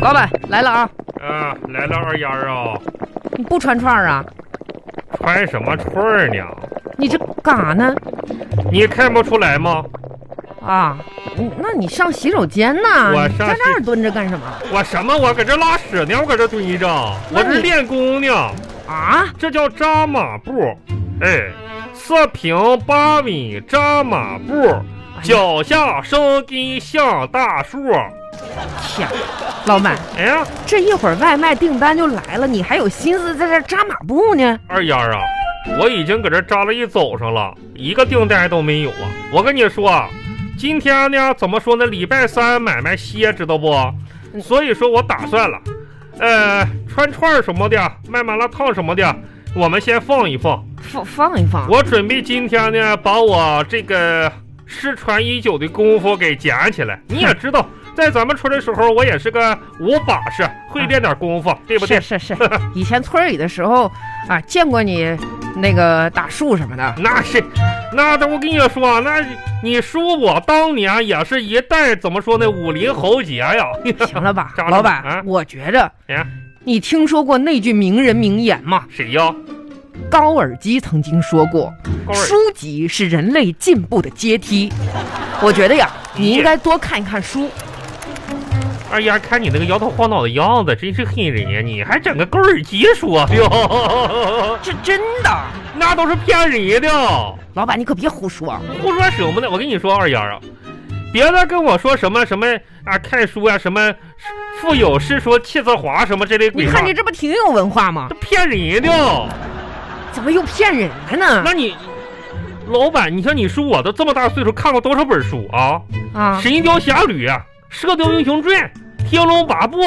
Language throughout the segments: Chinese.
老板来了啊！啊，来了二丫啊，你不穿串儿啊？穿什么串儿呢？你这干啥呢？你看不出来吗？啊，你那你上洗手间呐？我你上在洗这儿蹲着干什么？我什么？我搁这拉屎呢，我搁这蹲着，那我你这练功呢，啊？这叫扎马步，哎，四平八稳扎马步，哎呀脚下生根像大树。天，老板，哎呀，这一会儿外卖订单就来了，你还有心思在这儿扎马步呢？二丫啊，我已经搁这扎了一早上了，一个订单都没有啊！我跟你说啊，今天呢，怎么说呢？礼拜三买卖歇，知道不？所以说我打算了，呃，串串儿什么的，卖麻辣烫什么的，我们先放一放。放放一放，我准备今天呢，把我这个失传已久的功夫给捡起来。你也知道，在咱们村的时候，我也是个武把式，会练点功夫，对不对是？是是，以前村儿里的时候啊，见过你那个打树什么 的。那是，那都我跟你说，那你叔我当年也是一代怎么说呢，武林豪杰呀。行了吧，扎了老板，啊我觉着呀，你听说过那句名人名言吗？谁呀？高尔基曾经说过，高尔书籍是人类进步的阶梯。我觉得呀，你应该多看一看书。二丫，哎看你那个摇头晃脑的样子，真是恨人呀！你还整个高尔基说的，这真的， 那都是骗人的，老板你可别胡说。啊胡说什么呢？我跟你说，二丫啊，别再跟我说什么什么啊，看书啊，什么腹有诗书气自华什么这类你鬼话看，你这不挺有文化吗这？骗人的。怎么又骗人了呢？那你，老板，你像你叔我都这么大岁数，看过多少本书啊？啊，神雕侠侣》《射雕英雄传》《天龙八部》，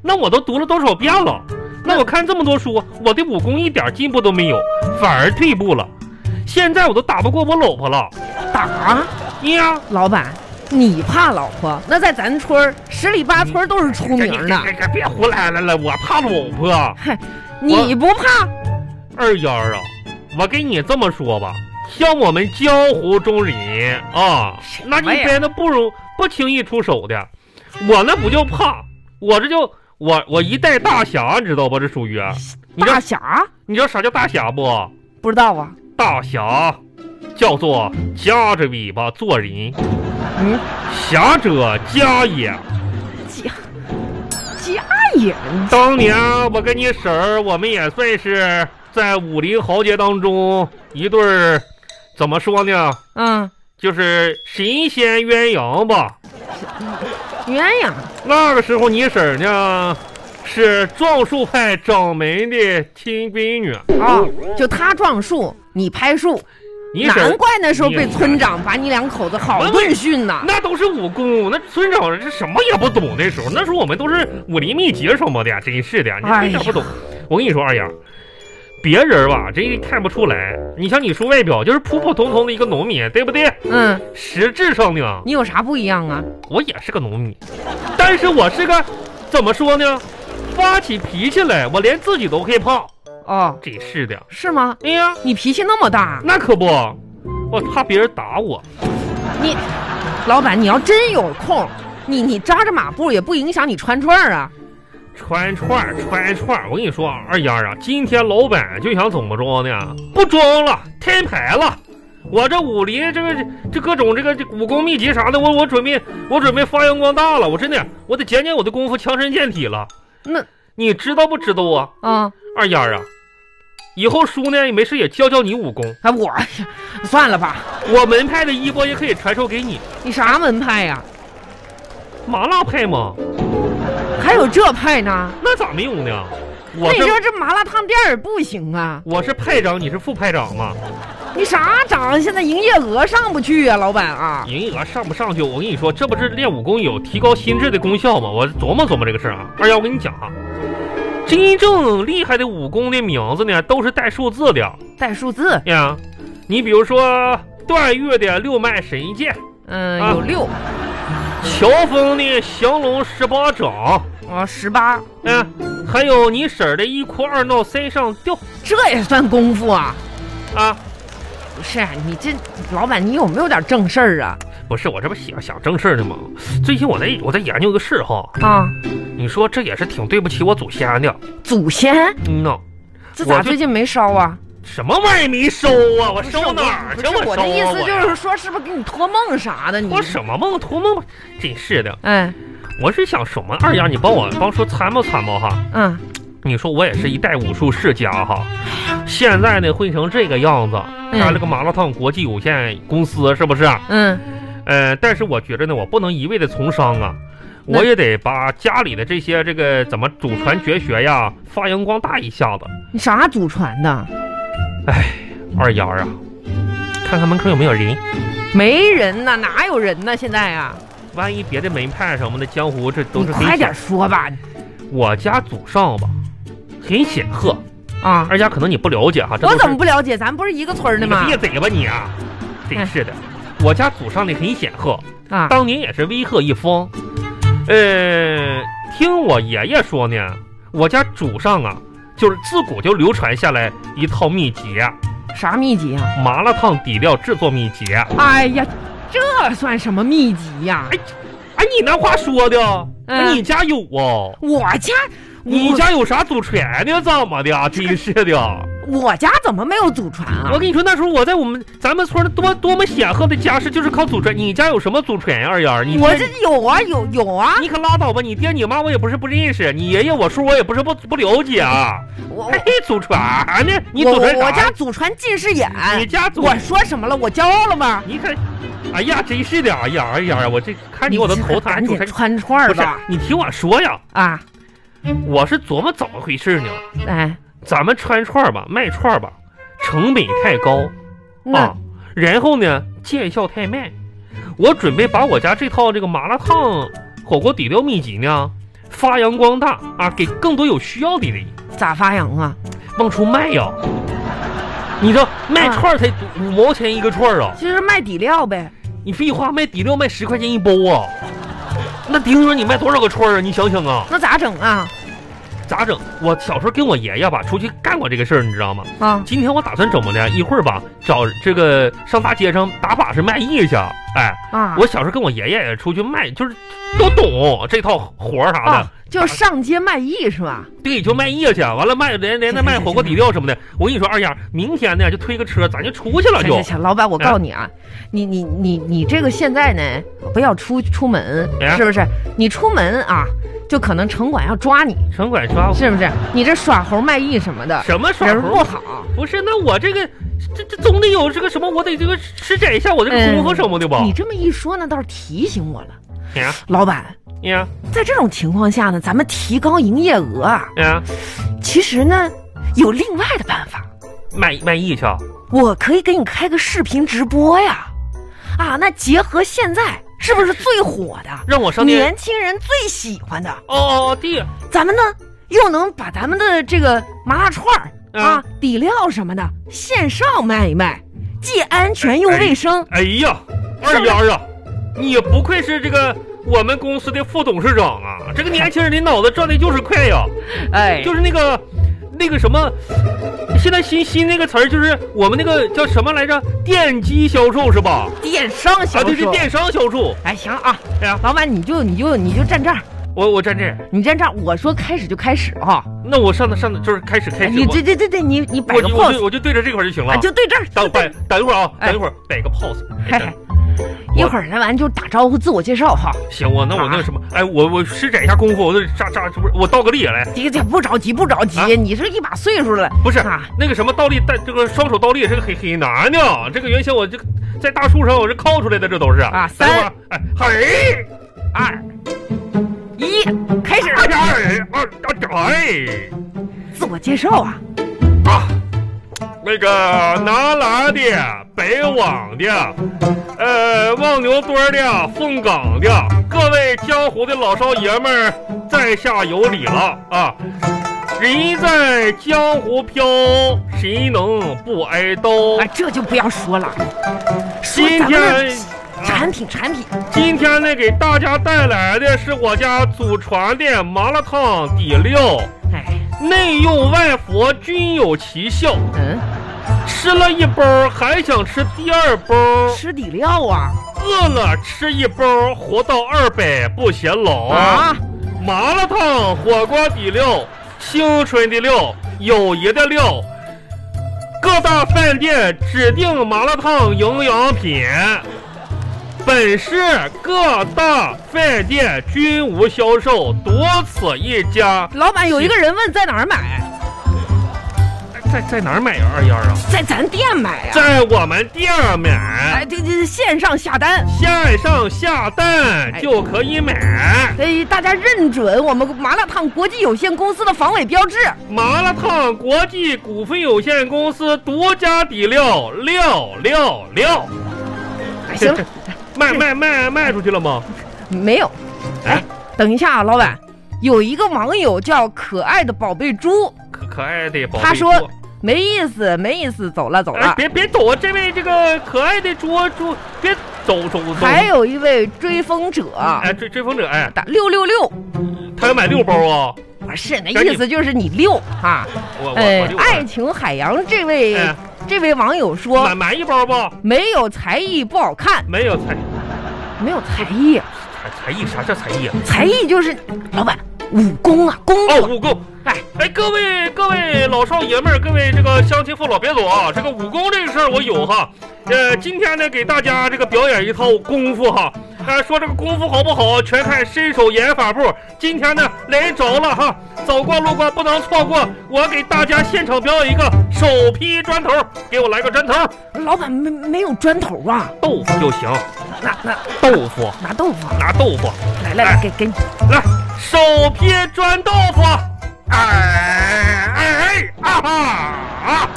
那我都读了多少遍了？那我看这么多书，我的武功一点进步都没有，反而退步了。现在我都打不过我老婆了。打啊你呀、老板，你怕老婆？那在咱村儿十里八村儿都是出名的。哎哎别胡来了了，我怕老婆。你不怕？二丫啊，我跟你这么说吧，像我们江湖中人啊，那一般的不容不轻易出手的。我那不叫怕，我这就我我一代大侠，你知道不？这属于啊你知道大侠你知道啥叫大侠不？不知道啊？大侠叫做夹着尾巴做人，嗯，侠者家也。家家也当年我跟你婶儿，我们也算是在武林豪杰当中一对儿，怎么说呢？嗯，就是神仙鸳鸯吧。鸳鸯那个时候你婶儿呢，是壮树派掌门的亲闺女。啊，就他撞树，你拍树，你婶难儿怪那时候被村长把你两口子好顿训呐。那都是武功，那村长是什么也不懂。那时候，那时候我们都是武林秘籍什么的，真是的，你哎真呀的不懂。我跟你说，二丫，别人吧，真看不出来。你像你叔外表就是普普通通的一个农民，对不对？嗯，实质上呢，你有啥不一样啊？我也是个农民，但是我是个怎么说呢？发起脾气来，我连自己都害怕，哦，真是的。是吗？哎呀，你脾气那么大，那可不，我怕别人打我。你老板，你要真有空，你你扎着马步也不影响你穿串儿啊。穿串儿穿串儿，我跟你说啊，二丫啊，今天老板就想怎么着呢？不装了，摊牌了。我这武林这个这这各种这个这武功秘籍啥的，我我准备我准备发扬光大了。我真的，我得捡捡我的功夫，强身健体了。那你知道不知道啊，啊、二丫啊？以后叔呢，没事也教教你武功，哎我 算了吧，我门派的衣钵也可以传授给你。你啥门派呀、麻辣派嘛，还有这派呢？那咋没有呢？那我你是说这麻辣烫店儿不行啊？我是派长，你是副派长嘛？你啥涨？现在营业额上不去啊，老板啊！营业额上不上去，我跟你说，这不是练武功有提高心智的功效吗？我琢磨琢磨这个事儿啊。二丫，我跟你讲啊，真正厉害的武功的名字呢，都是带数字的带数字，呀。你比如说段誉的六脉神剑，嗯、啊有六乔峰的降龙十八掌，啊，十八，嗯，还有你婶儿的一哭二闹三上吊这也算功夫啊？啊。不是，你这老板，你有没有点正事儿啊？不是我这不想想正事儿呢吗？最近我在我在研究个事儿哈，啊，你说这也是挺对不起我祖先的。祖先嗯呐，这咋我就最近没烧啊？什么玩意儿没收啊？我收哪儿不去？是收啊我的意思就我是说，是不是给你托梦啥的？你我什么梦托梦？真是的，哎我是想什么二丫，你帮我帮说参谋参谋哈。嗯，你说我也是一代武术世家哈，现在呢混成这个样子，开了个麻辣烫国际有限公司是不啊是？嗯，呃，但是我觉着呢，我不能一味的从商啊，那我也得把家里的这些这个怎么祖传绝学呀发扬光大一下子。你啥祖传的？二丫啊，看看门口有没有人，没人呐，哪有人呐？现在呀，万一别的门派什么的江湖这都你是黑快手点说吧。我家祖上吧，很显赫。啊，二丫可能你不了解哈，这我都是怎么不了解？咱不是一个村儿的你吗？别嘴吧你啊！哎真是的，我家祖上的很显赫，啊，当年也是威赫一方。呃，听我爷爷说呢，我家祖上啊，就是自古就流传下来一套秘籍，啥秘籍啊？麻辣烫底料制作秘籍。哎呀，这算什么秘籍呀、哎，你那话说的，嗯你家有啊？我家，你我家有啥祖传的？怎么的？啊真是的。我家怎么没有祖传啊我？跟你说，那时候我在我们咱们村儿多多么显赫的家世，就是靠祖传。你家有什么祖传呀，二丫儿？你我爹这有啊，有有啊，你可拉倒吧！你爹你妈我也不是不认识，你爷爷我叔我也不是不不了解啊。我嘿，祖传呢？你我祖传我我啥家？祖传近视眼。你家祖我说什么了？我骄傲了吗？你看，哎呀，真是的，哎呀哎呀哎呀，我这看你我都这头疼。赶祖紧传穿串儿不是吧？你听我说呀，啊，我是琢磨怎么回事呢？哎，咱们串串儿吧，卖串儿吧，成本太高。那啊，然后呢，见效太慢，我准备把我家这套这个麻辣烫火锅底料秘籍呢发扬光大啊，给更多有需要的人咋发扬啊？往出卖呀。你知道卖啊串儿才五毛钱一个串儿啊，就是卖底料呗。你废话，卖底料卖十块钱一包啊，那顶说你卖多少个串儿啊？你想想啊，那咋整啊？咋整？我小时候跟我爷爷吧出去干过这个事儿，你知道吗？啊，今天我打算怎么的？一会儿吧，找这个上大街上打把式卖艺去，哎。啊，我小时候跟我爷爷也出去卖，就是都懂这套活儿啥的。啊，就是上街卖艺是吧？对，就卖艺去，完了卖连连带卖火锅底料什么的。我跟你说，二丫，明天呢就推个车，咱就出去了行就行。行，老板，我哎告诉你啊，你你你你这个现在呢，不要出出门，哎是不是？你出门啊，就可能城管要抓你，城管抓我是不是？你这耍猴卖艺什么的，什么耍人猴不儿？好。不是，那我这个这这总得有这个什么，我得这个施展一下我这个嗯功夫什么的吧？你这么一说呢，倒是提醒我了，呀老板。呀在这种情况下呢，咱们提高营业额啊，呀，其实呢有另外的办法，卖卖艺去啊！我可以给你开个视频直播呀，啊，那结合现在是不是最火的？让我上店。年轻人最喜欢的，哦哦哦，弟，咱们呢又能把咱们的这个麻辣串儿嗯啊、底料什么的线上卖一卖，既安全又卫生。哎呀，二丫啊，你不愧是这个我们公司的副董事长啊！这个年轻人的脑子转的就是快呀。 哎就是那个那个什么，现在新新那个词儿就是我们那个叫什么来着？电机销售是吧？电商啊，销对对，售。电商销售。哎，行啊，哎呀，老板你就你就你就站这儿，我我站这儿，你站这儿，我说开始就开始啊！那我上那上那就是开始开始，哎你对对对对，你你摆我我个就我 pose 就我就对着这块儿就行了啊，。就对这儿，等就摆对，等一会儿啊，哎等一会儿摆个 pose。哎嘿嘿一会儿来完就打招呼、自我介绍哈。行，我那我那什啊么，哎，我我施展一下功夫，我这扎扎，不是我倒个立来，这这不着急，不着急，啊你这一把岁数了，不是啊那个什么倒立，但这个双手倒立这个很很难呢。这个原先我这个在大树上我这靠出来的，这都是啊等一会三儿哎，嘿。二一，开始二二二二哎自我介绍啊。啊！那个南来的、北往的，呃，望牛墩的、凤岗的，各位江湖的老少爷们儿，在下有礼了啊！人在江湖飘，谁能不挨刀？啊，这就不要说了，啊说今咱们的天。产品产品，今天呢，给大家带来的是我家祖传的麻辣烫底料，哎，内用外服均有奇效。嗯，吃了一包，还想吃第二包。吃底料啊，饿了吃一包，活到二百不显老啊！麻辣烫、火锅底料、青春的料、友谊的料，各大饭店指定麻辣烫营养品。本市各大饭店均无销售，独此一家。老板有一个人问在哪儿买，在在哪儿买呀？二丫啊，在咱店买呀、在我们店儿买哎，，这这线上下单，线上下单就可以买。哎，大家认准我们麻辣烫国际有限公司的防伪标志。麻辣烫国际股份有限公司独家底料，料料料，哎，行了， 卖卖卖卖出去了吗？没有。哎，等一下啊，老板，有一个网友叫可爱的宝贝猪，可可爱的宝贝猪，他说没意思，没意思，走了走哎了，。别别走啊！这位这个可爱的猪猪，别走走走。还有啊一位追风者，哎，追追风者，哎，打六六六，他要买六包啊！不是那赶紧意思就是你六啊。我我哎我，六包爱情海洋这位、哎这位网友说买，买一包吧，没有才艺不好看，没有才没有才艺，才才艺啥叫才艺啊？才艺就是老板武功啊，功哦，夫。武功。哎，哎，各位各位老少爷们儿，各位这个乡亲父老，别走啊！这个武功这个事儿我有哈，呃，今天呢给大家这个表演一套功夫哈。啊、说这个功夫好不好，全看身手眼法步。今天呢来着了哈，走过路过不能错过。我给大家现场表演一个手劈砖头，给我来个砖头，老板没没有砖头啊？豆腐就行，拿拿豆腐拿豆腐，啊拿豆腐，来来来，给给你，来手劈砖豆腐，哎哎哎啊哈啊！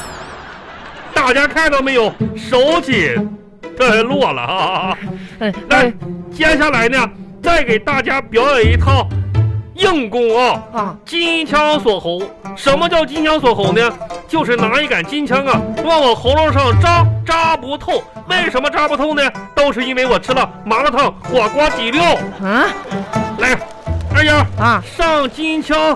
大家看到没有？手紧，这落了啊！嗯，来，接下来呢，再给大家表演一套硬功啊。哎啊，金枪锁喉，什么叫金枪锁喉呢？就是拿一杆金枪啊，往我喉咙上扎，扎不透。为什么扎不透呢？都是因为我吃了麻辣烫、火锅底料。啊来，二丫，啊！上金枪，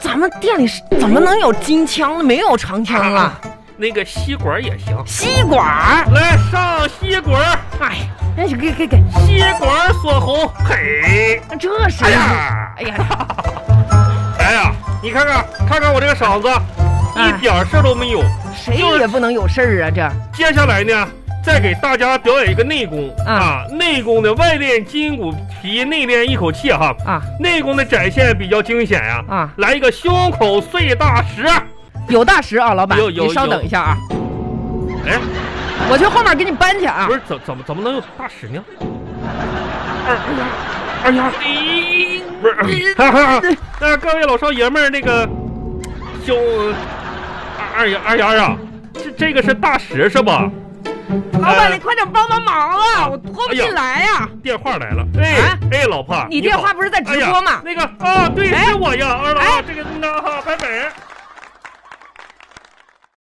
咱们店里是怎么能有金枪呢？没有长枪啊，那个吸管也行。吸管儿。来，上吸管，哎，那就给给给，吸管锁喉，嘿，这是哎。呀，哎呀， 哎呀，你看看，看看我这个嗓子，哎一点事儿都没有。谁也不能有事儿啊！这接下来呢，再给大家表演一个内功啊，内功呢外练筋骨皮，内练一口气哈。啊内功的展现比较惊险呀、啊！来一个胸口碎大石，哎有大石啊，老板，有有你稍有等一下啊，哎，我去后面给你搬去啊不。是怎怎么怎么能有大石呢？二二丫，二丫，不是，哈哈，那各位老少爷们儿，那个胸二二丫二丫啊，这这个是大石是吧？老板，呃你快点帮帮忙啊，我拖不哎呀进来呀。电话来了，哎、啊哎，老婆，你电好话不是在直哎呀播吗？那个啊，对，哎是我呀，二老，哎这个那哈，拜拜。